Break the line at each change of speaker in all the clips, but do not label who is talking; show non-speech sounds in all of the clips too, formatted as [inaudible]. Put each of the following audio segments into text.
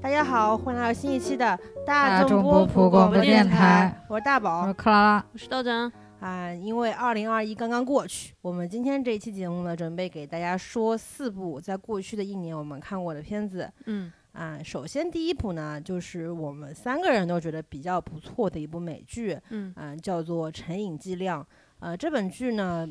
大家好，欢迎来到新一期的
大
众
众
波
波普广
播
播电
台
台，
我是大
我
宝
是克拉拉，
我是道长，
啊。因为二零二一刚刚过去，我们今天这一期节目呢，准备给大家说四部在过去的一年我们看过的片子
嗯
啊。首先第一部呢，就是我们三个人都觉得比较不错的一部美剧，
嗯
嗯、叫做《成瘾剂量》。呃，这本剧呢，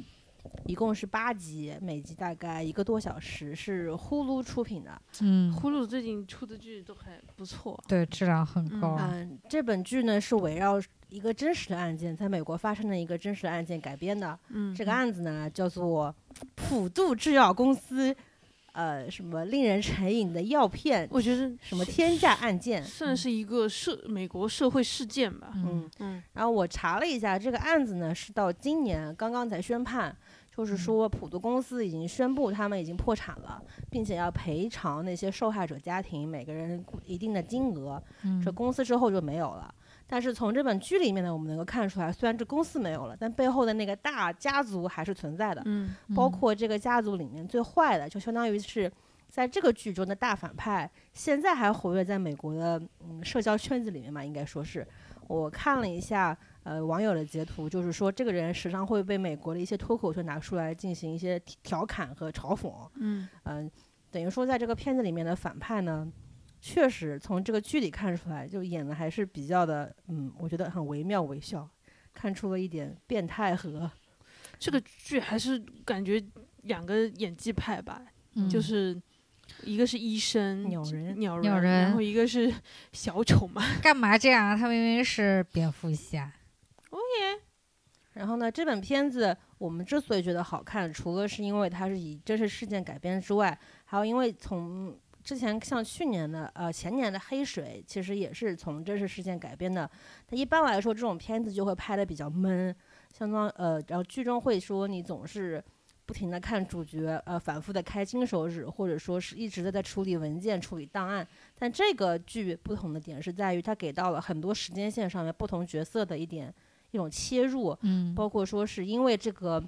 一共是八集，每集大概一个多小时，是呼噜出品的。
嗯，
呼噜最近出的剧都还不错，
对，质量很高，
嗯，这本剧呢是围绕一个真实的案件，在美国发生的一个真实的案件改编的。
嗯，
这个案子呢叫做普渡制药公司，呃，什么令人成瘾的药片，
我觉得
什么天价案件。
算是一个社美国社会事件吧，
嗯
嗯，
嗯
然后我查了一下，这个案子呢是到今年刚刚才宣判，就是说普渡公司已经宣布他们已经破产了，并且要赔偿那些受害者家庭每个人一定的金额。
嗯
这公司之后就没有了。但是从这本剧里面呢，我们能够看出来，虽然这公司没有了，但背后的那个大家族还是存在的，
嗯
包括这个家族里面最坏的，就相当于是在这个剧中的大反派，现在还活跃在美国的嗯社交圈子里面嘛，应该说是。我看了一下呃网友的截图，就是说这个人时常会被美国的一些脱口秀拿出来进行一些调侃和嘲讽。
嗯
嗯，等于说在这个片子里面的反派呢，确实从这个剧里看出来，就演的还是比较的，嗯，我觉得很惟妙惟肖，看出了一点变态和，
这个剧还是感觉两个演技派吧，
嗯
就是一个是医生
鸟人
鸟人，
鸟人
然后一个是小丑嘛，
干嘛这样啊？他明明是蝙蝠侠，
然后呢，这本片子我们之所以觉得好看，除了是因为它是以真实事件改编之外，还有因为从之前像去年的呃前年的《黑水》，其实也是从真实事件改编的。但一般来说，这种片子就会拍的比较闷，相当呃，然后剧中会说你总是。不停的看主角，呃，反复的开金手指，或者说是一直的在处理文件、处理档案。但这个剧不同的点是在于，它给到了很多时间线上面不同角色的一点一种切入，
嗯，
包括说是因为这个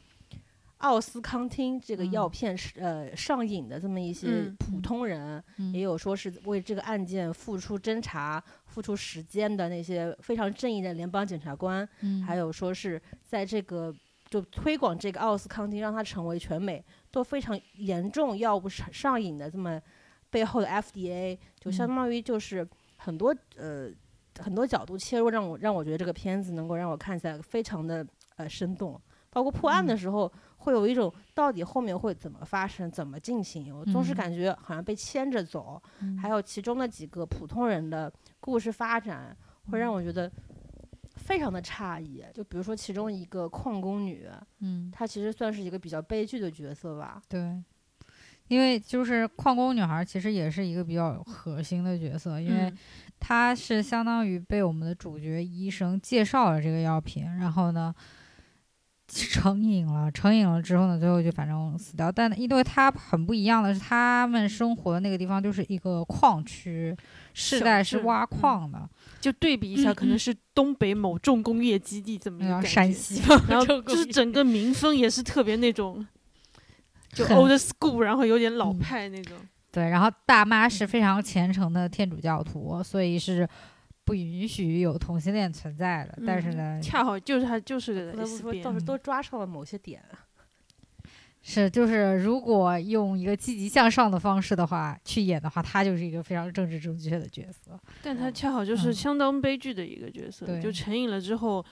奥斯康汀这个
嗯
药片是、呃上瘾的这么一些
嗯
普
嗯
通人，
嗯
也有说是为这个案件付出侦查、付出时间的那些非常正义的联邦检察官，
嗯
还有说是在这个就推广这个奥斯康汀，让它成为全美都非常严重药物上上瘾的这么背后的 FDA，就相
嗯
当于就是很多、呃很多角度切入，让我让我觉得这个片子能够让我看起来非常的呃生动。包括破案
嗯
的时候，会有一种到底后面会怎么发生、怎么进行，我总是
嗯
感觉好像被牵着走。还有其中的几个普通人的故事发展，会让我觉得非常的诧异。就比如说其中一个矿工女，
嗯，
她其实算是一个比较悲剧的角色吧。
对。因为就是矿工女孩，其实也是一个比较核心的角色，因为
嗯
她是相当于被我们的主角医生介绍了这个药品，然后呢 [laughs] 成瘾了，成瘾了之后呢，最后就反正死掉。但因为她很不一样的是，他们生活的那个地方就是一个矿区，世
小
代是
镇
挖
嗯
矿的，
就对比一下，
嗯
可能是东北某重工业基地这么一
然后
个嗯感觉
山，
[laughs]
西 [laughs]
然后
重工
就是
业
整个民风也是特别那种。
[laughs]
就
很
old school，然后有点老
嗯
派那种，
对，然后大妈
嗯
是非常虔诚的天主教徒，所以是不允许有同性恋存在的。但是呢，
恰好就是他就是个
不得不
S 啊
说，
边
倒，是
嗯
都抓上了某些点。
是就是如果用一个积极向上的方式的话去演的话，她就是一个非常政治正确的角色。
但他恰好就是
嗯
相当悲剧的一个角色，
对
就成瘾了之后，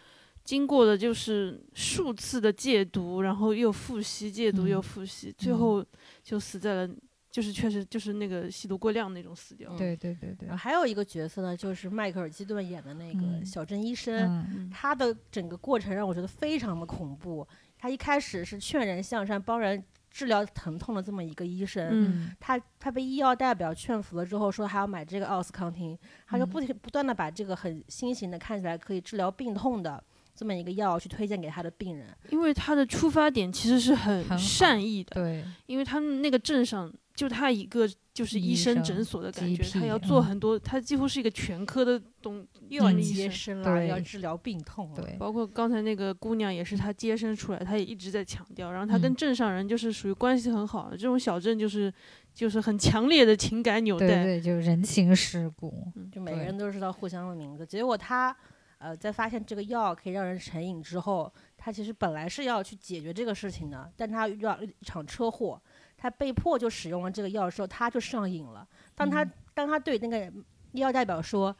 经过的就是数次的戒毒，然后又复吸，戒毒
嗯
又复吸，最后就死在了，就是确实就是那个吸毒过量那种死掉。
嗯
对对对对
然
啊
后，还有一个角色呢，就是迈克尔基顿演的那个
嗯
小镇医生，
嗯
嗯
他的整个过程让我觉得非常的恐怖。他一开始是劝人向善、帮人治疗疼痛的这么一个医生，
嗯
他他被医药代表劝服了之后，说还要买这个奥斯康汀，他就
嗯
不停不断的把这个很新型的、看起来可以治疗病痛的这么一个药去推荐给他的病人。
因为他的出发点其实是
很好
很善意的，
对
因为他们那个镇上就他一个就是医
医
生
生
诊所的感觉，
GP
他要做
嗯
很多，他几乎是一个全科的东
又要
嗯
接生了，
对
要治疗病痛了，
对，
包括刚才那个姑娘也是她接生出来，她也一直在强调。然后她跟
嗯
镇上人就是属于关系很好的，这种小镇就是就是很强烈的情感纽
对
带。
对，就是人情世故，
就每个
对
人都知道互相的名字。结果他，呃，在发现这个药可以让人成瘾之后，他其实本来是要去解决这个事情的，但他遇到一场车祸，他被迫就使用了这个药之后，他就上瘾了。当他、
嗯
当他对那个医药代表说：“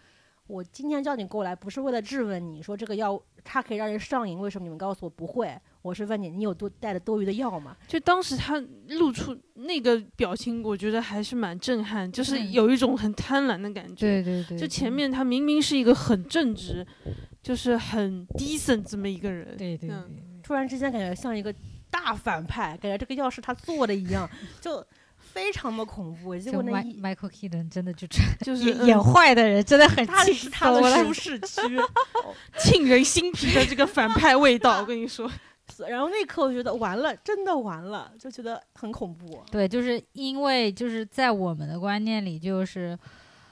我今天叫你过来，不是为了质问你说这个药它可以让人上瘾，为什么你们告诉我不会？我是问你，你有多带的多余的药吗？”
就当时她露出那个表情，我觉得还是蛮震撼，就是
对
有一种很贪婪的感觉。
对对对，
就前
对
面她明明是一个很正直，就是很 decent 这么一个人，
对对对
嗯
突然之间感觉像一个大反派，感觉这个药是他做的一样，就非常的恐怖。结
对，
果
就
那
Mi-
一
Michael Keaton 真的
[laughs]
就
就是
演演
嗯
坏的人真的很
他
气
是
死
他
我
的
了
舒适区，
[laughs] 沁人心脾的这个反派味道。我跟你说，
所然后那一刻我觉得完了，真的完了，就觉得很恐怖。
对，就是因为就是在我们的观念里，就是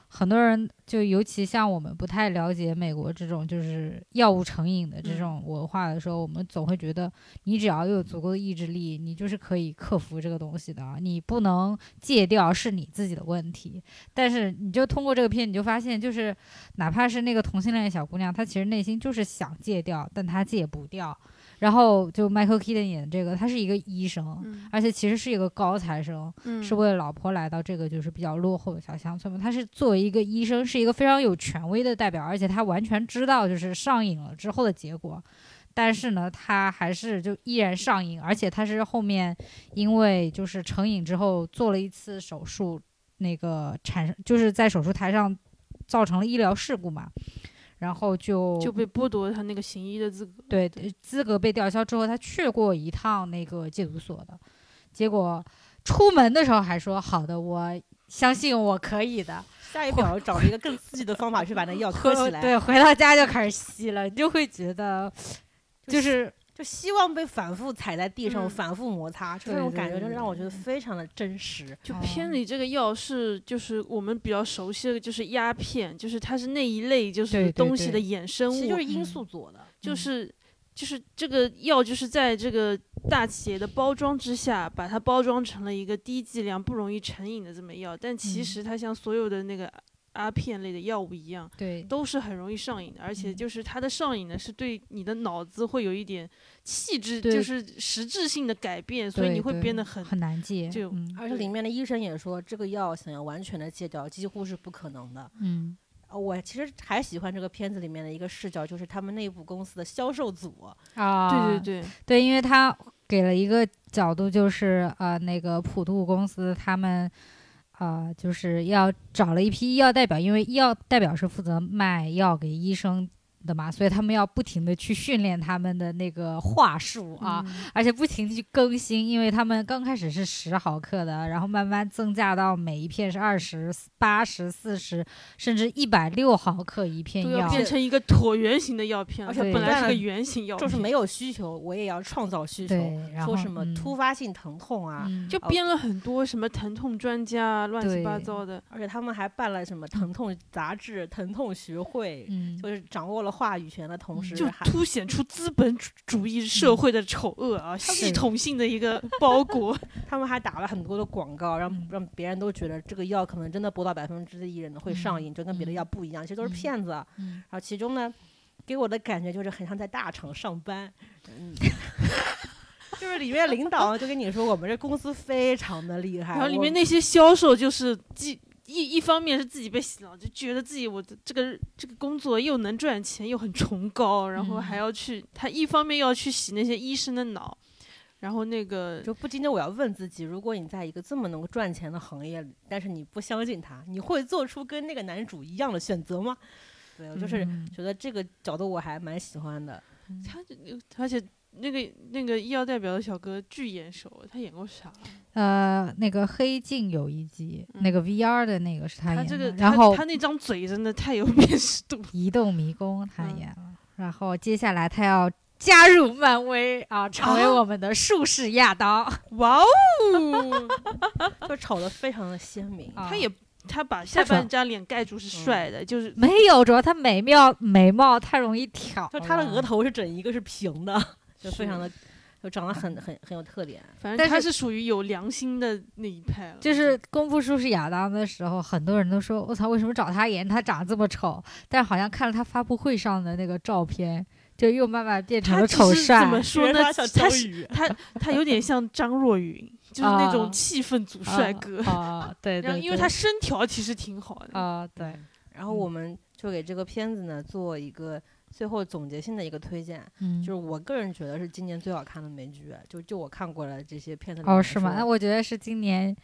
很多人就尤其像我们不太了解美国这种就是药物成瘾的这
嗯
种文化的时候，我们总会觉得你只要有足够的意志力，你就是可以克服这个东西的，啊你不能戒掉是你自己的问题。但是你就通过这个片，你就发现就是哪怕是那个同性恋小姑娘，她其实内心就是想戒掉，但她戒不掉。然后就 Michael Keaton 演的这个，他是一个医生，而且其实是一个高材生，
嗯
是为了老婆来到这个就是比较落后的小乡村嘛。他是作为一个医生，是一个非常有权威的代表，而且他完全知道就是上瘾了之后的结果。但是呢，他还是就依然上瘾，而且他是后面因为就是成瘾之后做了一次手术，那个产生就是在手术台上造成了医疗事故嘛，然后就
就被剥夺了他那个行医的资格。
对，对资格被吊销之后，他去过一趟那个戒毒所的，结果出门的时候还说：“好的，我相信我可以的。
下一秒找了一个更刺激的方法去把那
[laughs]
药
回
磕起”来，
对，回到家就开始吸了，你就会觉得
就
就是
就希望被反复踩在地上，
嗯
反复摩擦，就
对
这种
对
感觉，
对
真的
对
让我觉得
对
非常的真实。
就
哦
片里这个药是就是我们比较熟悉的，就是鸦片，就是它是那一类就
对
是
对
东西的
对
衍生
其实就
物
是，因素做的，
就
嗯
是就是这个药就是在这个大企业的包装之下，把它包装成了一个低剂量不容易成瘾的这么药，但其
嗯
实它像所有的那个鸦片类的药物一样，
对
都是很容易上瘾的，而且
嗯
就是它的上瘾呢，是对你的脑子会有一点气质，
对
就是实质性的改变，所以
对
你会
对
变得很
很难戒，
就
嗯
而且里面的医生也说，这个药想要完全的戒掉，几乎是不可能的。
嗯
呃，我其实还喜欢这个片子里面的一个视角，就是他们内部公司的销售组，
啊，
对对对，
对，因为他给了一个角度，就是呃，那个普渡公司他们啊、呃就是要找了一批医药代表，因为医药代表是负责卖药给医生的嘛，所以他们要不停的去训练他们的那个话术啊。
嗯
而且不停地去更新，因为他们刚开始是十毫克的，然后慢慢增加到每一片是二十八十、四十，甚至一百六毫克一片
都
药
要。变成一个椭圆形的药片了，
而
且
它本来是个
对
圆形药片，
就是没有需求，我也要创造需求。
对，然后嗯
说什么突发性疼痛啊，
嗯、嗯
就编了很多什么疼痛专家啊，乱七八
对
糟的。
而且他们还办了什么疼痛杂志、疼痛学会，
嗯
就是掌握了话语权的同时
就
还。
凸显出资本主主义社会的丑恶啊，系统性的一个包裹。
他们还打了很多的广告，让、
嗯
让别人都觉得这个药可能真的不到百分之一人会上瘾，就跟别的药不一样，其实都是
嗯
骗子。然
嗯
后其中呢，给我的感觉就是很像在大厂上班，嗯， [laughs] 就是里面领导就跟你说我们这公司非常的
哎
厉害，
然后里
我
面那些销售就是既一一方面是自己被洗脑，就觉得自己我的这个这个工作又能赚钱又很崇高，然后
嗯
还要去他一方面要去洗那些医生的脑，然后那个
就不禁的我要问自己，如果你在一个这么能够赚钱的行业里，但是你不相信他，你会做出跟那个男主一样的选择吗？对，我就是
嗯
觉得这个角度我还蛮喜欢的。
他就而且那个那个医药代表的小哥巨眼熟，他演过啥？
呃，那个《黑镜》有一集，
嗯
那个 VR 的那个是他
他
演的，
这个他
然后
他那张嘴真的太有辨识度了。
移动迷宫》他
嗯
演了，然后接下来他要加入漫威啊，成为我们的术士亚当。
哇
[laughs]
哦，就炒得非常的鲜明。
啊
他也他把下半张脸盖住是
嗯
帅的，就是
没有，主要他美妙眉毛太容易挑了，
就他的额头是整一个是平的，就非常的，就长得很很很有特 [laughs] 点。
反
但
正他
是
是属于有良心的那一派了。
[laughs] 就是功夫术士亚当的时候，很多人都说我操，为什么找他演？他长得这么丑。但是好像看了他发布会上的那个照片，就又慢慢变成
他
了
只
丑
是
帅
怎。么说呢？他
他
是
是
他他有点像张若昀，就是那
啊
种气氛组帅哥。
啊啊，对
然
对
后，因为
对
他身条其实挺好的，
啊，
[laughs]
对，
嗯
然后我们就给这个片子呢做一个最后总结性的一个推荐，
嗯，
就是我个人觉得是今年最好看的美剧，就就我看过了这些片子里面
哦，
来
是吗？
说
那我觉得是今年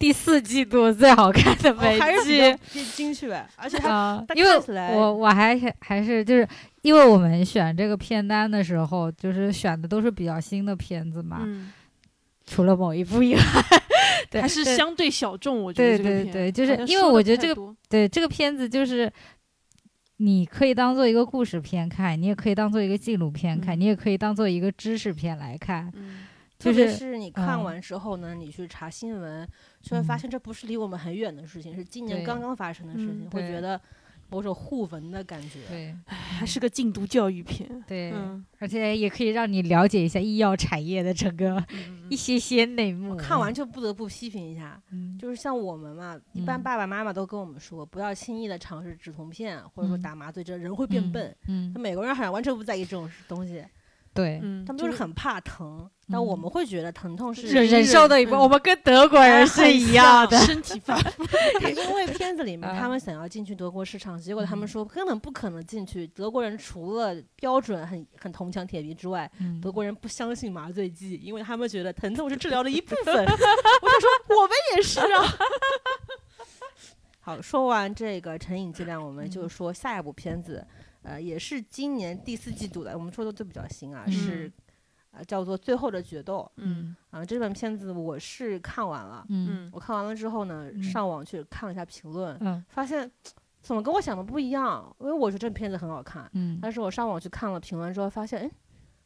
第四季度最好看的
哦
美
还是比
剧
较。精精确，而
[laughs]
且它
啊，
它
因为
看起来
我我还是还是就是因为我们选这个片单的时候，就是选的都是比较新的片子嘛，
嗯，
除了某一部
[laughs]
以外，对，
还是
对
相对小众。我觉
对
得这个
对
片
对就是
好像
因为
说得
我觉得
太
这个
多
对这个片子就是。你可以当做一个故事片看，你也可以当做一个纪录片看，
嗯
你也可以当做一个知识片来看。
嗯
特
就
别
是
是你看
嗯
完之后呢，你去查新闻，就会发
嗯
现这不是离我们很远的事情，是今年
对
刚刚发生的事情，
嗯
会
对
觉得某种互文的感觉。
对
还是个禁毒教育片。
对、
嗯，
而且也可以让你了解一下医药产业的整个
嗯
一些些内幕。
看完就不得不批评一下，
嗯，
就是像我们嘛，一般
嗯
爸爸妈妈都跟我们说，不要轻易的尝试止痛片或者说
嗯
打麻醉针，人会变笨。
嗯，
那
嗯，
美国人好像完全不在意这种东西，
对，
嗯，
他们就是很怕疼，但
嗯
我们会觉得疼痛是
忍
人
忍受的一部，
嗯
我们跟德
哎
国人是一样的。
身体
[laughs]
发肤。
因为片子里面
啊
他们想要进去德国市场，结果他
嗯
们说根本不可能进去。德国人除了标准很很铜墙铁壁之外，
嗯
德国人不相信麻醉剂，因为他们觉得疼痛是治疗的一部分。 [laughs] 我想说，我们也是啊。 [laughs] 好，说完这个《成瘾剂量》，我们
嗯
就说下一部片子，呃，也是今年第四季度的，我们说的都比较新啊，
嗯
是呃叫做《最后的决斗》
嗯
啊。这本片子我是看完了，
嗯
嗯
我看完了之后呢，
嗯
上网去看了一下评论，
嗯
发现怎么跟我想的不一样。因为我觉得这片子很好看，
嗯，
但是我上网去看了评论之后，发现哎，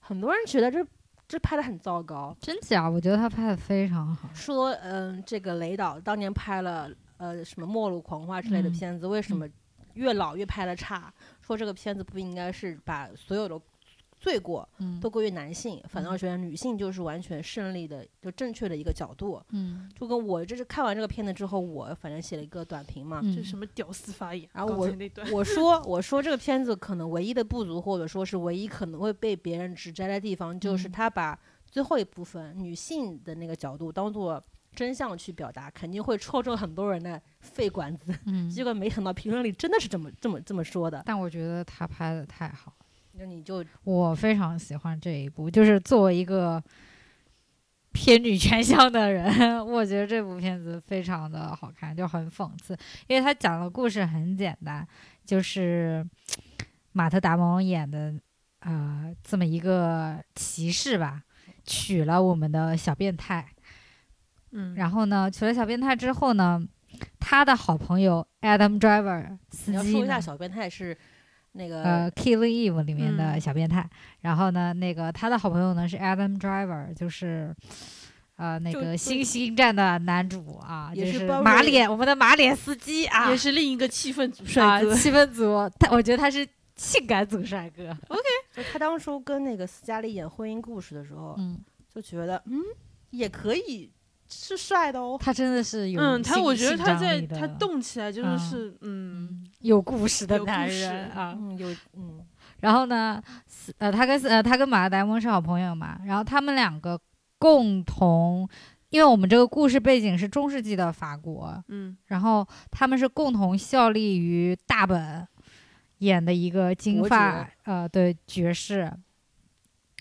很多人觉得这这拍的很糟糕，
真假？我觉得他拍的非常好。
说嗯，这个雷导当年拍了呃什么《末路狂花》之类的
嗯
片子，为什
嗯
么越老越拍的差？说这个片子不应该是把所有的罪过
嗯
都归于男性，反倒
嗯
觉得女性就是完全胜利的，就正确的一个角度。
嗯
就跟我这是看完这个片子之后，我反正写了一个短评嘛，
嗯，
这是什么屌丝发言？
然后
刚
我
才那
[laughs]
段，
我说我说这个片子可能唯一的不足，或者说是唯一可能会被别人指摘的地方，就是
嗯
他把最后一部分女性的那个角度当做真相去表达，肯定会戳中很多人的肺管子。[laughs]
嗯，
结果没想到评论里真的是这么这么这么说的，
但我觉得他拍的太好了，
那你就
我非常喜欢这一部。就是作为一个偏女权向的人， [laughs] 我觉得这部片子非常的好看，就很讽刺，因为他讲的故事很简单，就是马特·达蒙演的呃这么一个骑士吧，娶了我们的小变态。
嗯，
然后呢，娶了小变态之后呢，他的好朋友 Adam Driver 司
你要
机
说一
呢
下，小变态是那个、
呃，《Killing Eve》里面的
嗯
小变态。然后呢，那个他的好朋友呢是 Adam Driver，就是。呃，那
就
个
就
《星星战》的男主啊，
也
就是是
包
马
瑞
脸，我们的马脸司机啊，
也是另一个气氛组
啊
帅，
[laughs]
哥。
气氛组，他我觉得他是性感组帅
哦
哥，
就他当初跟那个斯嘉丽演婚姻故事的时候，
嗯，
就觉得嗯也可以是帅的哦。
他真的是有
嗯，他
性
我觉得
性
他
张
在
力
他
的
动起来就是
啊
是嗯，
嗯有故事的
有故
男
事
人啊，
嗯，有嗯，
然后呢，斯呃，他跟斯呃他跟马达蒙是好朋友嘛，然后他们两个共同，因为我们这个故事背景是中世纪的法国，
嗯，
然后他们是共同效力于大本演的一个金
伯
发
爵
呃对爵士。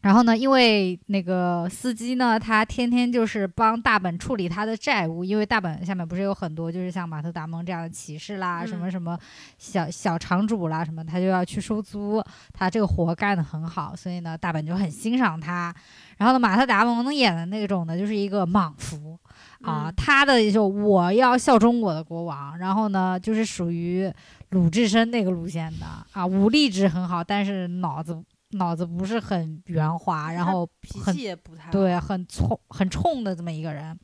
然后呢，因为那个司机呢，他天天就是帮大本处理他的债务，因为大本下面不是有很多就是像马特达蒙这样的骑士啦，
嗯
什么什么小小厂主啦，什么他就要去收租，他这个活干得很好，所以呢，大本就很欣赏他。然后呢，马特达蒙演的那种呢，就是一个莽夫啊，
嗯
他的就我要效忠我的国王，然后呢，就是属于鲁智深那个路线的啊，武力值很好，但是脑子脑子不是很圆滑，然后
脾
很
气也不太好
对，很冲很冲的这么一个人。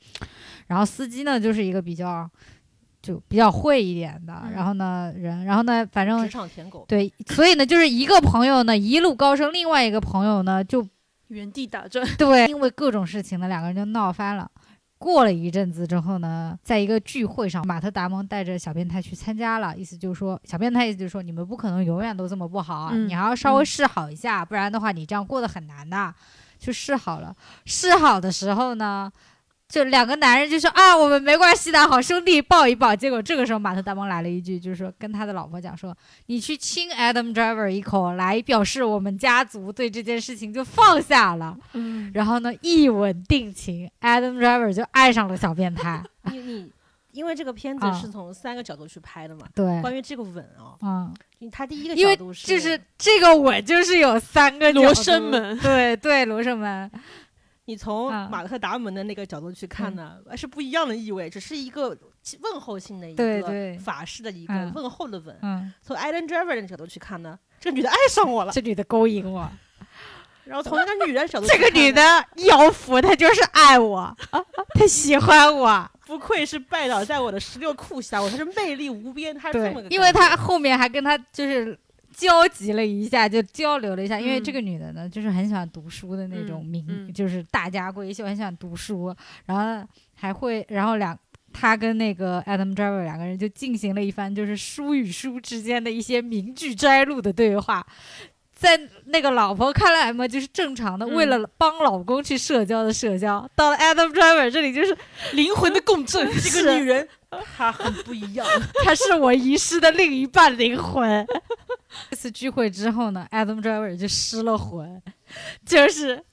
然后司机呢，就是一个比较就比较会一点的，
嗯
然后呢人，然后呢，反正
职场舔狗。
对，所以呢，就是一个朋友呢一路高升，另外一个朋友呢就
原地打转，
对，因为各种事情呢，两个人就闹翻了。过了一阵子之后呢，在一个聚会上，马特·达蒙带着小变态去参加了，意思就是说，小变态意思就是说，你们不可能永远都这么不好，
嗯
你还要稍微
嗯
示好一下，不然的话，你这样过得很难的。就示好了，示好的时候呢，就两个男人就说啊，我们没关系的，好兄弟抱一抱。结果这个时候，马特·达蒙来了一句，就是说跟他的老婆讲说，你去亲 Adam Driver 一口，来表示我们家族对这件事情就放下了。
[laughs] 嗯，
然后呢，一吻定情，Adam Driver 就爱上了小变 [laughs] 态。
[laughs] 你你，因为这个片子
啊
是从三个角度去拍的嘛，
对，
关于这个吻啊，
嗯，
他第一个
因为
角度是
就是这个吻就是有三个角
[laughs] 罗
度
生，门，
对对，罗生门，
你从
啊
马克达蒙的那个角度去
嗯
看呢，呃是不一样的意味，只是一个问候性的一
对
个
对，
法式的一个
嗯
问候的吻。
嗯，
从 Adam Driver 的角度去看呢，这个女的爱上我了。
这女的勾引我，
然后从一个女人的角度去
这
看呢，
个女的摇服，她就是爱我，啊她喜欢我，
不愧是拜倒在我的石榴裤下，我她是魅力无边，她是这
对
么个，
因为
感觉
她后面还跟她就是。交集了一下，就交流了一下，因为
嗯
这个女的呢，就是很喜欢读书的那种
嗯
名，
嗯
就是大家闺秀，很喜欢读书，然后还会，然后两她跟那个 Adam Driver 两个人就进行了一番就是书与书之间的一些名句摘录的对话。在那个老婆看来嘛，就是正常的，
嗯
为了帮老公去社交的社交。到了 Adam Driver 这里，就是
灵魂的共振， [laughs]
这个女人她很不一样。 [laughs]
他是我遗失的另一半灵魂。 [laughs] 这次聚会之后呢，Adam Driver 就失了魂，就是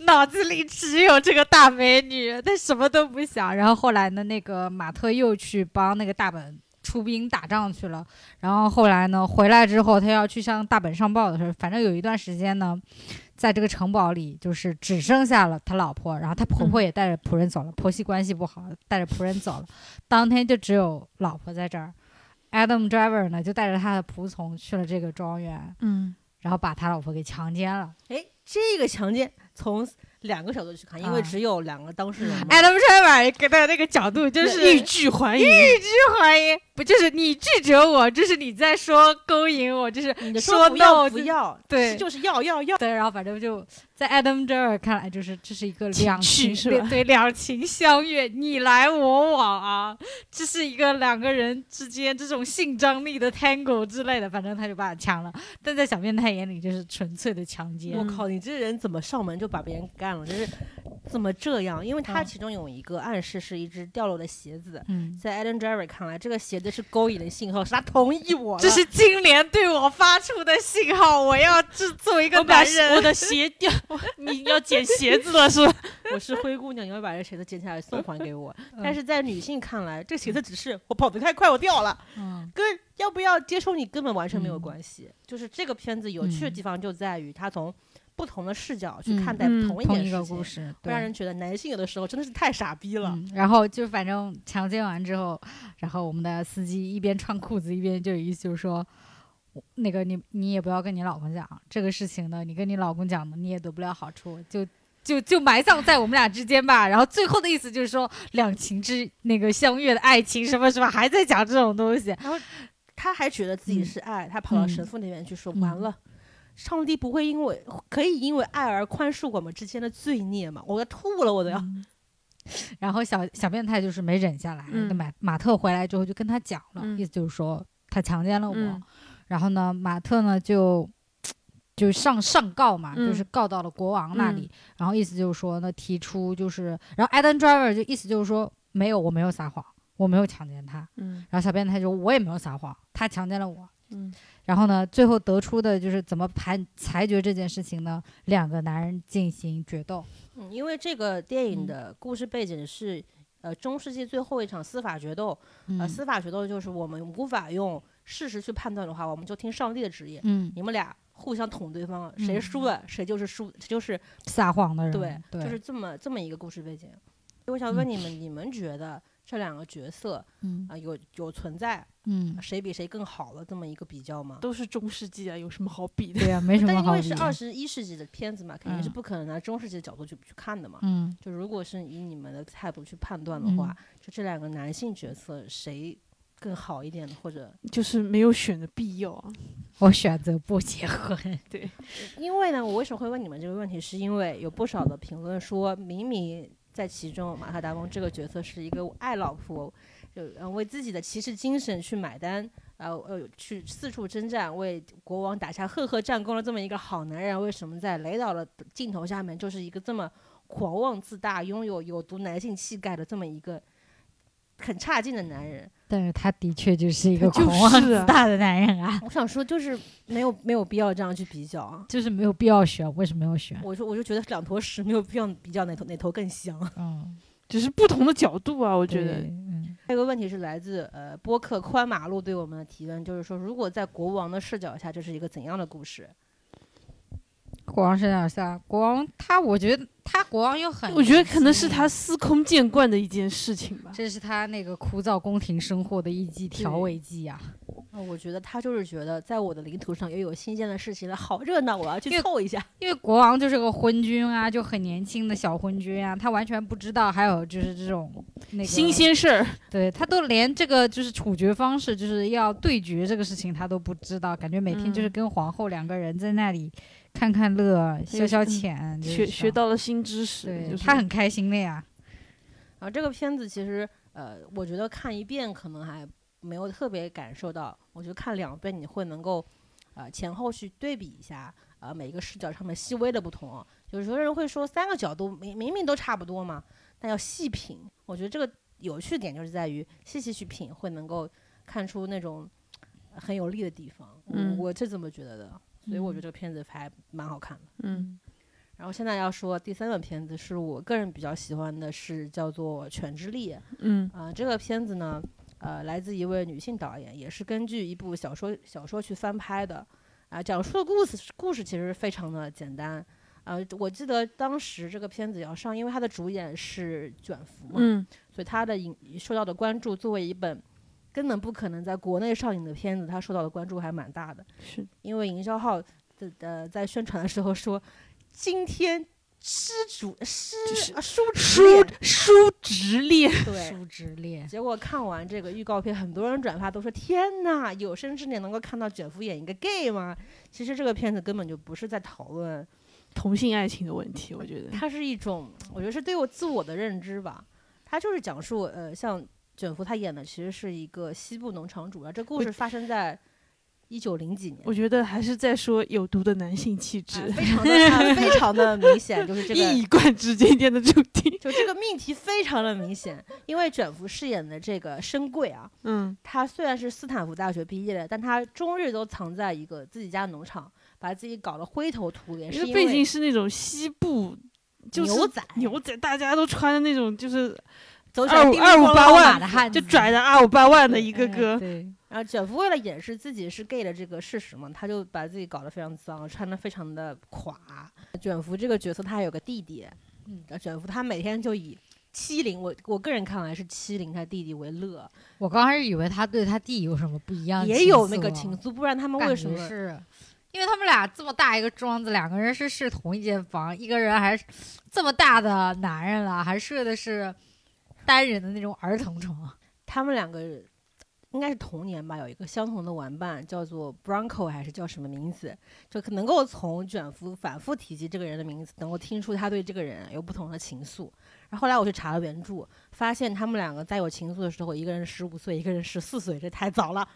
脑子里只有这个大美女，他什么都不想。然后后来呢，那个马特又去帮那个大本。出兵打仗去了，然后后来呢，回来之后他要去向大本上报的时候，反正有一段时间呢，在这个城堡里就是只剩下了他老婆，然后他婆婆也带着仆人走了，婆媳关系不好，带着仆人走了。当天就只有老婆在这儿。Adam Driver 呢，就带着他的仆从去了这个庄园，
嗯，
然后把他老婆给强奸了。
哎，这个强奸从两个角度去看，因为
啊
只有两个当事人嘛。
Adam Driver 给他的那个角度就是
欲
拒
拒还迎，
怀疑，不就是你拒绝我，就是你在说勾引我，就是
你的
说
不要
no
不
就
要，
对
是就是要要要。
对，然后反正就在 Adam Driver 看来，就是这是一个
情
两
趣
情
是吧
对对两情相悦，你来我往啊，这是一个两个人之间这种性张力的 tango 之类的，反正他就把他抢了。但在小变态眼里，就是纯粹的强奸。
我
嗯
靠，你这人怎么上门就把别人干了？就是怎么这样？因为他
嗯
其中有一个暗示是一只掉落的鞋子，
嗯，
在 Adam Driver 看来，这个鞋子是勾引的信号，是他同意我了。
这是金莲对我发出的信号，我要制作一个
我把
男
鞋我
人。
的鞋掉， [laughs] 我你要捡鞋子了是吧？
我是灰姑娘，你要把这鞋子捡下来送还给
[laughs]
我。
嗯
但是在女性看来，这鞋子只是我跑得太快，我掉了，
嗯，
跟要不要接受你根本完全没有
嗯
关系。就是这个片子有趣的
嗯
地方就在于，它从不同的视角去看待
嗯
同一
同
件
一
事
个
情
故，事，
会
对。
让人觉得男性有的时候真的是太傻逼了。
嗯，然后就反正强奸完之后，然后我们的司机一边穿裤子一边就有意思就是说，我那个你你也不要跟你老公讲这个事情呢，你跟你老公讲呢，你也得不了好处，就就就埋葬在我们俩之间吧。然后最后的意思就是说两情之那个相悦的爱情什么什么，还在讲这种东西。
他还觉得自己
嗯
是爱，他跑到
嗯
神父那边去说：“
嗯
完了，上帝不会因为可以因为爱而宽恕我们之间的罪孽吗？”我要吐了，我都要。
嗯 [laughs] 然后小小变态就是没忍下来，
嗯
那马马特回来之后就跟他讲了，
嗯
意思就是说他强奸了我，
嗯
然后呢，马特呢就就上上告嘛，
嗯
就是告到了国王那里，然后意思就是说呢，提出就是，然后 Adam Driver 就意思就是说没有，我没有撒谎，我没有强奸他，
[laughs] 嗯
然后小变态就说我也没有撒谎，他强奸了我，
嗯
然后呢，最后得出的就是怎么判裁决这件事情呢？两个男人进行决
啊
斗，
嗯，因为这个电影
嗯
的故事背景是，呃，中世纪最后一场司法决斗。呃，
嗯
司法决斗就是我们无法用事实去判断的话，我们就听上帝的旨意。
嗯，
你们俩互相捅对方，谁
嗯
输了谁就是输，谁就是
撒谎的人，
对
嗯对，
就是这么这么一个故事背景。我想问你们，你们觉得这两个角色啊、
嗯
有有存在，
嗯，
[laughs]
谁比谁更好了这么一个比较吗？
都是中世纪啊，有什么好比的？
对呀、啊没什
但
么
因
好
为
比
是
的。
二十一世纪的片子嘛，肯定是
嗯
不可能拿中世纪的角度去去看的嘛。
嗯
就如果是以你们的态度去判断的话，就这两个男性角色谁更好一点，或者
就是没有选的必要啊。
我选择不结婚。 [laughs]
因为呢，我为什么会问你们这个问题，是因为有不少的评论说，明明在其中马特·达蒙这个角色是一个爱老婆，就呃为自己的骑士精神去买单，呃呃去四处征战，为国王打下赫赫战功的这么一个好男人，为什么在雷导的镜头下面就是一个这么狂妄自大、拥有有毒男性气概的这么一个很差劲的男人？
但是他的确就是一个
他就
狂妄
是
自
啊
大的男人啊，
我想说，就是没有没有必要这样去比较啊。
就是没有必要选，为什么要选？
我说，我就觉得两坨屎没有必要比较哪头哪头更香。
嗯，
只是不同的角度啊，我
对
觉得
嗯
还有个问题是来自呃播客宽马路对我们的提问，就是说，如果在国王的视角下，这是一个怎样的故事？
国王是哪下？国王他，我觉得他国王又很，啊
我觉得可能是他司空见惯的一件事情吧。
这是他那个枯燥宫廷生活的一剂调味剂啊。
呃我觉得他就是觉得，在我的领土上又有新鲜的事情了，好热闹，我要去凑一下。
因为国王就是个昏君啊，就很年轻的小昏君啊，他完全不知道还有就是这种那个
新，鲜事儿，
对他都连这个就是处决方式，就是要对决这个事情他都不知道，感觉每天
嗯
就是跟皇后两个人在那里看看乐、消消遣，就是
嗯学
这样
学，到了新知识，
对
就是
他很开心的呀。
然后这个片子其实，呃，我觉得看一遍可能还没有特别感受到，我觉得看两遍你会能够，呃，前后去对比一下，呃，每一个视角上面细微的不同。有时候人会说三个角度明明明都差不多嘛，但要细品，我觉得这个有趣点就是在于细细去品，会能够看出那种呃很有利的地方。
嗯
我我是这么觉得的，所以我觉得这个片子还蛮好看的。
嗯，
然后现在要说第三个片子，是我个人比较喜欢的，是叫做《犬之力》。
嗯
啊、这个片子呢，呃，来自一位女性导演，也是根据一部小说小说去翻拍的。啊、讲述的故事故事其实非常的简单。呃，我记得当时这个片子要上，因为它的主演是卷福嘛，
嗯
所以它的影受到的关注，作为一本根本不可能在国内上映的片子，它受到的关注还蛮大的。
是
因为营销号的呃在宣传的时候说，今天失主失
就是
啊输
叔
出
叔侄恋， [laughs]
对
叔侄恋，
结果看完这个预告片，很多人转发都说：“天呐，有生之年能够看到卷福演一个 gay 吗？”其实这个片子根本就不是在讨论，
同性爱情的问题，我觉得
它是一种，我觉得是对我自我的认知吧。它就是讲述，呃，像卷福他演的其实是一个西部农场主，然后这故事发生在一九零几年，
我觉得还是在说有毒的男性气质
啊，非常的、啊非常的明显，就是 [laughs] 这个
一以 [laughs] 贯之今天的主题。
就这个命题非常的明显，因为卷福饰演的这个深贵啊，
嗯，
他虽然是斯坦福大学毕业的，但他终日都藏在一个自己家农场，把自己搞得灰头土脸，
因
是
为
因
背景
为
是那种西部，就是
牛仔
牛仔，大家都穿的那种，就是
走起来
二五
叮
二
叮
五
咣
八
啷
万
的。
汉
就拽着二五八万的一
嗯
个
哎
个，
对，
然后卷福为了掩饰自己是 gay 的这个事实嘛，他就把自己搞得非常脏，穿得非常的垮。卷福这个角色他还有个弟弟，
嗯，
卷福他每天就以欺凌我我个人看来是欺凌他弟弟为乐，
我刚开始以为他对他弟有什么不一样的情愫啊，
也有那个情愫，不然他们
感
为
觉
什么
是？因为他们俩这么大一个庄子，两个人是睡同一间房，一个人还是这么大的男人了，还睡的是单人的那种儿童床。
他们两个应该是童年吧，有一个相同的玩伴，叫做 Bronco 还是叫什么名字？就可能够从卷福反复提及这个人的名字，能够听出他对这个人有不同的情愫。然后后来我去查了原著，发现他们两个在有情愫的时候，一个人十五岁，一个人十四岁，这太早了。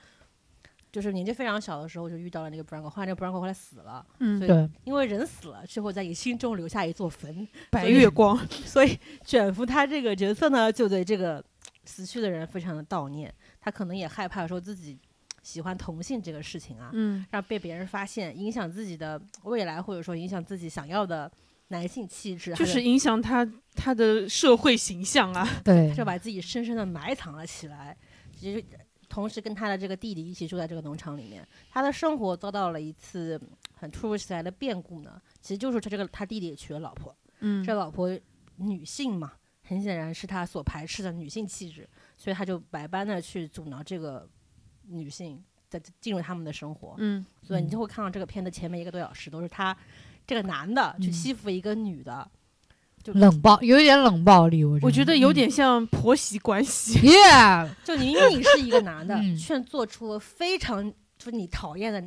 就是年纪非常小的时候就遇到了那个 Bronco，后来那个 Bronco 后来死了，
嗯
对，因为人死了，最后在你心中留下一座坟，
白月光，
所以 [laughs] 卷福他这个角色呢，就对这个死去的人非常的悼念，他可能也害怕说自己喜欢同性这个事情啊，
嗯，
让被别人发现，影响自己的未来，或者说影响自己想要的男性气质，
就是影响他他的社会形象啊。
对
就把自己深深的埋藏了起来，其实同时跟他的这个弟弟一起住在这个农场里面，他的生活遭到了一次很突如其来的变故呢，其实就是他这个他弟弟娶了老婆。
嗯
这老婆女性嘛，很显然是他所排斥的女性气质，所以他就百般的去阻挠这个女性在进入他们的生活。
嗯
所以你就会看到这个片的前面一个多小时都是他这个男的去
嗯
欺负一个女的，就
冷暴，有一点冷暴力，我
我觉得有
嗯
点像婆媳关系。
Yeah，
就明明你是一个男的，
嗯
却做出了非常就是你讨厌的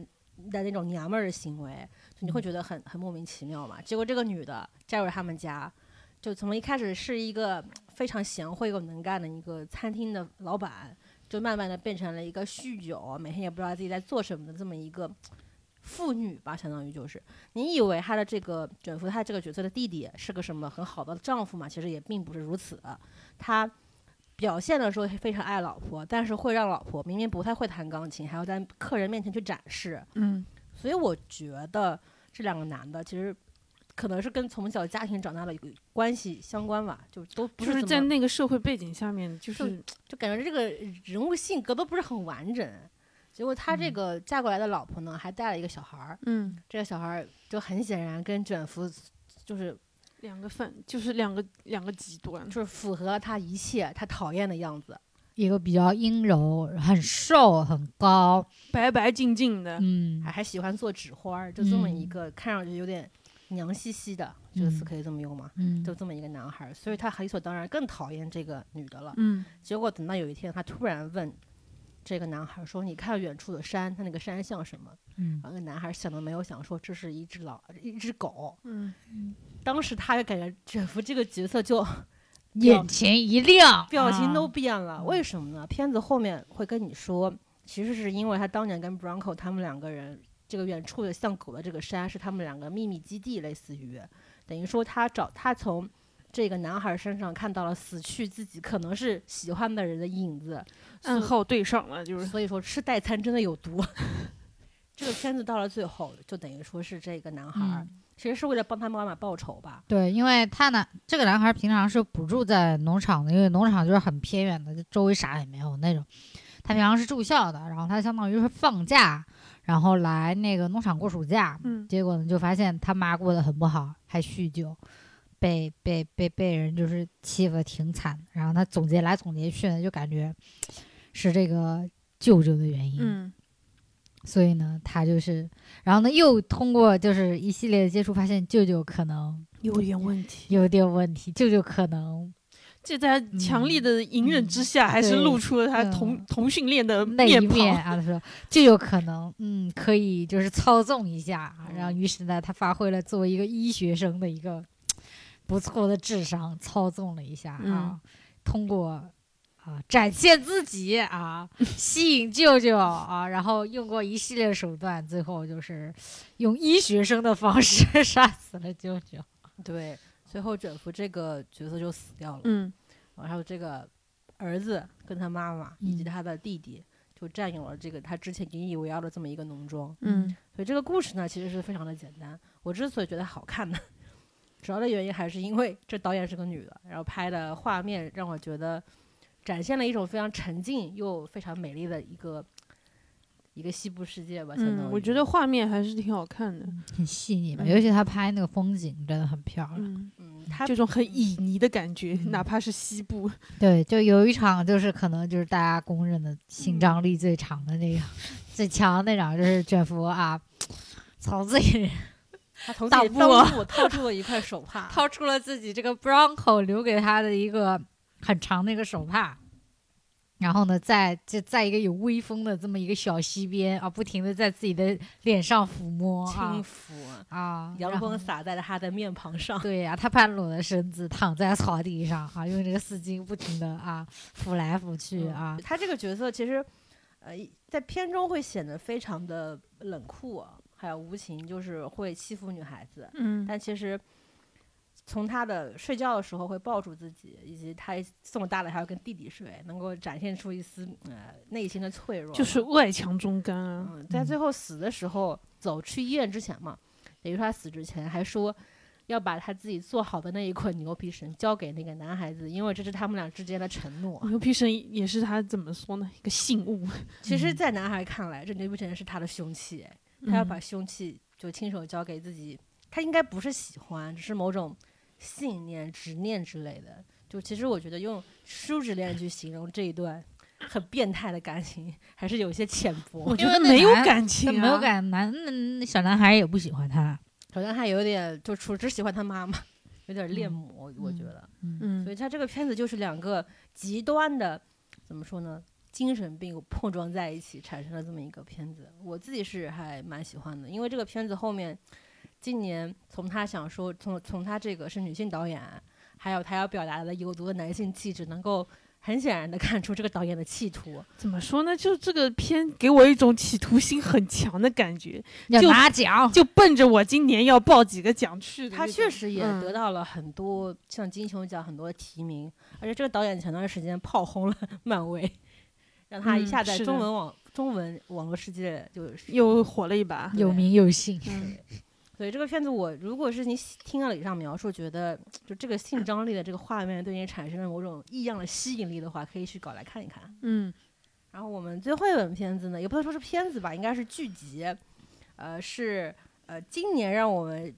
的那种娘们儿的行为，就你会觉得很很莫名其妙嘛。结果这个女的嫁入他们家，就从一开始是一个非常贤惠又能干的一个餐厅的老板，就慢慢的变成了一个酗酒，每天也不知道自己在做什么的这么一个。妇女吧，相当于就是你以为她的这个卷福，她这个角色的弟弟是个什么很好的丈夫嘛？其实也并不是如此，他表现的时候非常爱老婆，但是会让老婆明明不太会弹钢琴，还要在客人面前去展示。
嗯，
所以我觉得这两个男的其实可能是跟从小家庭长大的有关系相关吧，就都不
就是是
怎
在
么
那个社会背景下面，就嗯
就是就感觉这个人物性格都不是很完整。结果他这
嗯
个嫁过来的老婆呢，还带了一个小孩儿，
嗯，
这个小孩儿就很显然跟卷福就是
两个反，就是两个两个极端。
就是符合他一切他讨厌的样子。
[laughs] 一个比较阴柔，很瘦，很高，
白白净净的，
嗯
还，还喜欢做纸花儿，就这么一
嗯
个看上去有点娘兮兮的，这个词
嗯
可以这么用吗？
嗯，
就这么一个男孩儿，所以他理所当然更讨厌这个女的了。
嗯
结果等到有一天，他突然问这个男孩儿说：“你看远处的山，他那个山像什么
嗯？”
然后那个男孩儿想都没有想说，这是一只老一只狗。
嗯，
当时他就感觉卷福这个角色就
眼前一亮，
表情都
啊
变了，为什么呢？片子后面会跟你说，其实是因为他当年跟 Bronco 他们两个人，这个远处的像狗的这个山是他们两个秘密基地，类似于，等于说他找他从这个男孩身上看到了死去自己可能是喜欢的人的影子，
暗
所
号对上了，就是
所以说吃代餐真的有毒。 [laughs] 这个片子到了最后，就等于说是这个男孩儿、
嗯
其实是为了帮他妈妈报仇吧，
对，因为他男这个男孩平常是不住在农场的，因为农场就是很偏远的，就周围啥也没有那种。他平常是住校的，然后他相当于是放假，然后来那个农场过暑假。
嗯
结果呢，就发现他妈过得很不好，还酗酒，被被被被人就是欺负的挺惨。然后他总结来总结去呢，就感觉是这个舅舅的原因。
嗯
所以呢，他就是，然后呢，又通过就是一系列的接触，发现舅舅可能
有点问题。
有点问题，舅舅可能
这在强力的隐忍之下，还是
对
露出了他
嗯
同同性恋的
那一
面
面
庞。
啊，他说舅舅可能嗯可以就是操纵一下啊，
嗯
然后于是呢，他发挥了作为一个医学生的一个不错的智商，操纵了一下
嗯
啊，通过。啊，展现自己
[laughs]
啊，吸引舅舅啊，然后用过一系列手段，最后就是用医学生的方式 [laughs] 杀死了舅舅。
对，最后卷福这个角色就死掉了。
嗯
然后这个儿子跟他妈妈以及
嗯
他的弟弟就占有了这个他之前引以为傲的这么一个农庄。
嗯
所以这个故事呢，其实是非常的简单。我之所以觉得好看呢， [laughs] 主要的原因还是因为这导演是个女的，然后拍的画面让我觉得展现了一种非常沉静又非常美丽的一个一个西部世界吧。相当
嗯，
于
我觉得画面还是挺好看的。
很细腻吧，
嗯
尤其他拍那个风景真的很漂亮。
嗯，
嗯，他
这种很旖旎的感觉，哪怕是西部，
对，就有一场就是可能就是大家公认的性
嗯
张力最长的那个、最强的那场，就是卷福啊，从自己
他从
打
自己
不
裆
啊
部掏出了一块手帕，
掏出了自己这个 Bronco 留给他的一个很长的一个手帕。然后呢，在就在一个有微风的这么一个小溪边啊，不停的在自己的脸上抚摸啊
轻抚，
啊，
阳
然后
光洒在了他的面庞上。
对呀、他半裸的身子躺在草地上啊，用这个丝巾不停的啊抚来抚去
嗯
啊，
他这个角色其实，呃，在片中会显得非常的冷酷、啊还有无情，就是会欺负女孩子。
嗯
但其实，从他的睡觉的时候会抱住自己，以及他这么大了还要跟弟弟睡，能够展现出一丝呃内心的脆弱吧。
[laughs] 就是外强中干啊。
嗯，在最后死的时候，走去医院之前嘛，等于说他死之前还说。要把他自己做好的那一捆牛皮绳交给那个男孩子，因为这是他们俩之间的承诺。
牛皮绳也是他怎么说呢？一个信物，
其实，
嗯
在男孩看来，这牛皮绳是他的凶器，他要
嗯
把凶器就亲手交给自己，他应该不是喜欢，只是某种信念、执念之类的。就其实我觉得用叔侄恋去形容这一段很变态的感情，还是有些浅薄
我。觉
因
得
为那
没有
男
感情、
他
啊，
没有感男，那那小男孩也不喜欢他。
好像还有点就除只喜欢他妈妈，有点恋母，我觉得。
嗯，
嗯
所以他这个片子就是两个极端的，怎么说呢？精神病碰撞在一起，产生了这么一个片子。我自己是还蛮喜欢的，因为这个片子后面，今年从他想说，从从他这个是女性导演，还有他要表达的有毒的男性气质，能够很显然的看出这个导演的企图。
怎么说呢？就这个片给我一种企图心很强的感觉，
要
就
拿奖，
就奔着我今年要报几个奖去的那
他
种。
确实也
嗯
得到了很多、像金球奖很多提名，而且这个导演前段时间炮轰了 [laughs] 漫威，让他一
嗯
下在
是的
中文网、中文网络世界就是
又火了一把。
有名有姓。
嗯
所以这个片子我如果是你喜听了以上描述，觉得就这个性张力的这个画面对你产生了某种异样的吸引力的话，可以去搞来看一看。
嗯，
然后我们最后一本片子呢，也不能说是片子吧，应该是剧集，呃，是呃今年让我们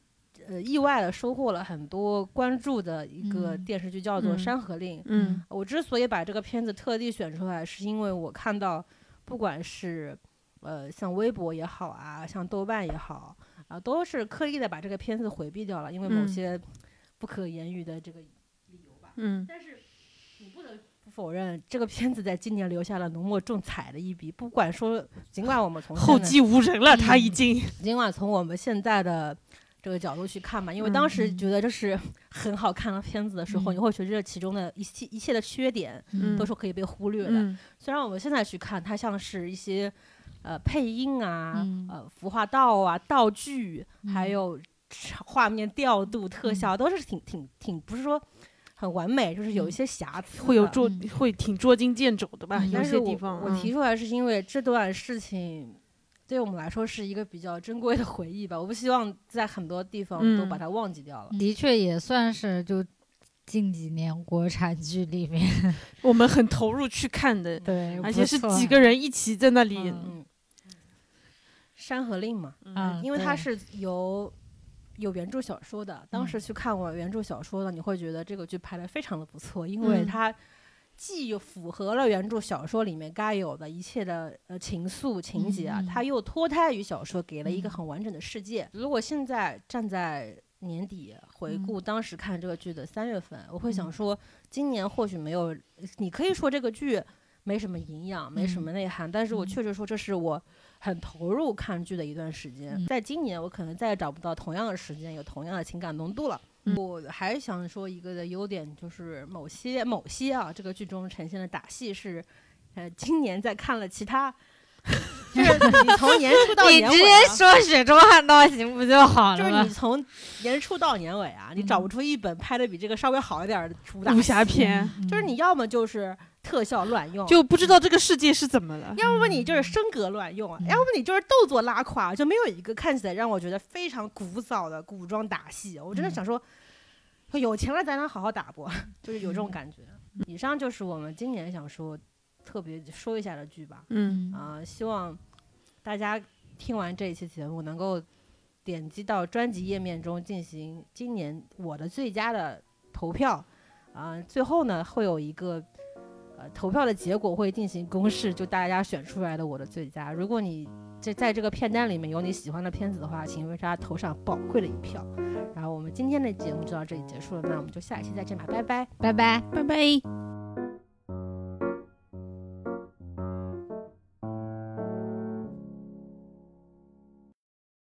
呃意外的收获了很多关注的一个
嗯
电视剧，叫做《
嗯
山河令》。呃
嗯
我之所以把这个片子特地选出来，是因为我看到，不管是呃像微博也好啊，像豆瓣也好啊，都是刻意的把这个片子回避掉了，因为某
嗯
些不可言喻的这个理由吧。
嗯
但是你不得不否认，这个片子在今年留下了浓墨重彩的一笔。不管
[laughs]
说，尽管我们从
后
现在
继无人了，他已
嗯
经。
尽管从我们现在的这个角度去看吧，因为当时
嗯
觉得这是很好看的片子的时候，
嗯
你会觉得这其中的一切一切的缺点
嗯
都是可以被忽略的。
嗯
虽然我们现在去看，它像是一些呃配音啊、
嗯
呃服化道啊、道具，还有画面调度、
嗯
特效，都是挺挺挺不是说很完美，就是有一些瑕疵的，
会有捉、
嗯
会挺捉襟见肘的吧？
嗯
有
但是
些
我
地方，
我
嗯
提出来是因为这段事情对我们来说是一个比较珍贵的回忆吧，我不希望在很多地方都把
嗯
它忘记掉了。
的确也算是就近几年国产剧里面，
我们很投入去看的，
对，
而且是
不错 [laughs]
几个人一起在那里。
嗯
山河令》嘛，
嗯
啊，
因为它
对
是由有原著小说的，当
嗯
时去看过原著小说的，你会觉得这个剧拍的非常的不错，因为
嗯
它。既符合了原著小说里面该有的一切的呃情愫情节啊，
嗯嗯
它又脱胎于小说，给了一个
嗯
很完整的世界。如果现在站在年底回顾当时看这个剧的三月份，我会想
嗯
说，今年或许没有，呃你可以说这个剧没什么营养，没什
嗯
么内涵，但是我
嗯
确实说这是我很投入看剧的一段时间。
嗯
在今年，我可能再也找不到同样的时间，有同样的情感浓度了。
嗯
我还想说一个的优点就是某些某些啊，这个剧中呈现的打戏是，呃，今年在看了其他， [laughs] 就是你从年初到
你
年尾、啊，
直接说雪中悍刀行不就好
就
了
是
吗
你？从年初到年尾啊，你找不出一本拍的比这个稍微好一点儿的主打
武侠
戏，
片
嗯
就是你要么就是特效乱用，
就不知道这个世界是怎么了。
要么你就是升格乱用啊，
嗯
要么你就是动作拉胯，就没有一个看起来让我觉得非常古早的古装打戏。我真的
嗯
想说，哎有钱了咱俩好好打不？ [laughs] 就是有这
嗯
种感觉。以上就是我们今年想说特别说一下的剧吧。
嗯
嗯，
啊、希望大家听完这一期节目能够点击到专辑页面中进行今年我的最佳的投票。啊、最后呢会有一个呃投票的结果会进行公示，就大家选出来的我的最佳。如果你这在这个片单里面有你喜欢的片子的话，请为它投上宝贵的一票。然后我们今天的节目就到这里结束了，那我们就下一期再见吧，拜拜。
拜拜。
拜拜。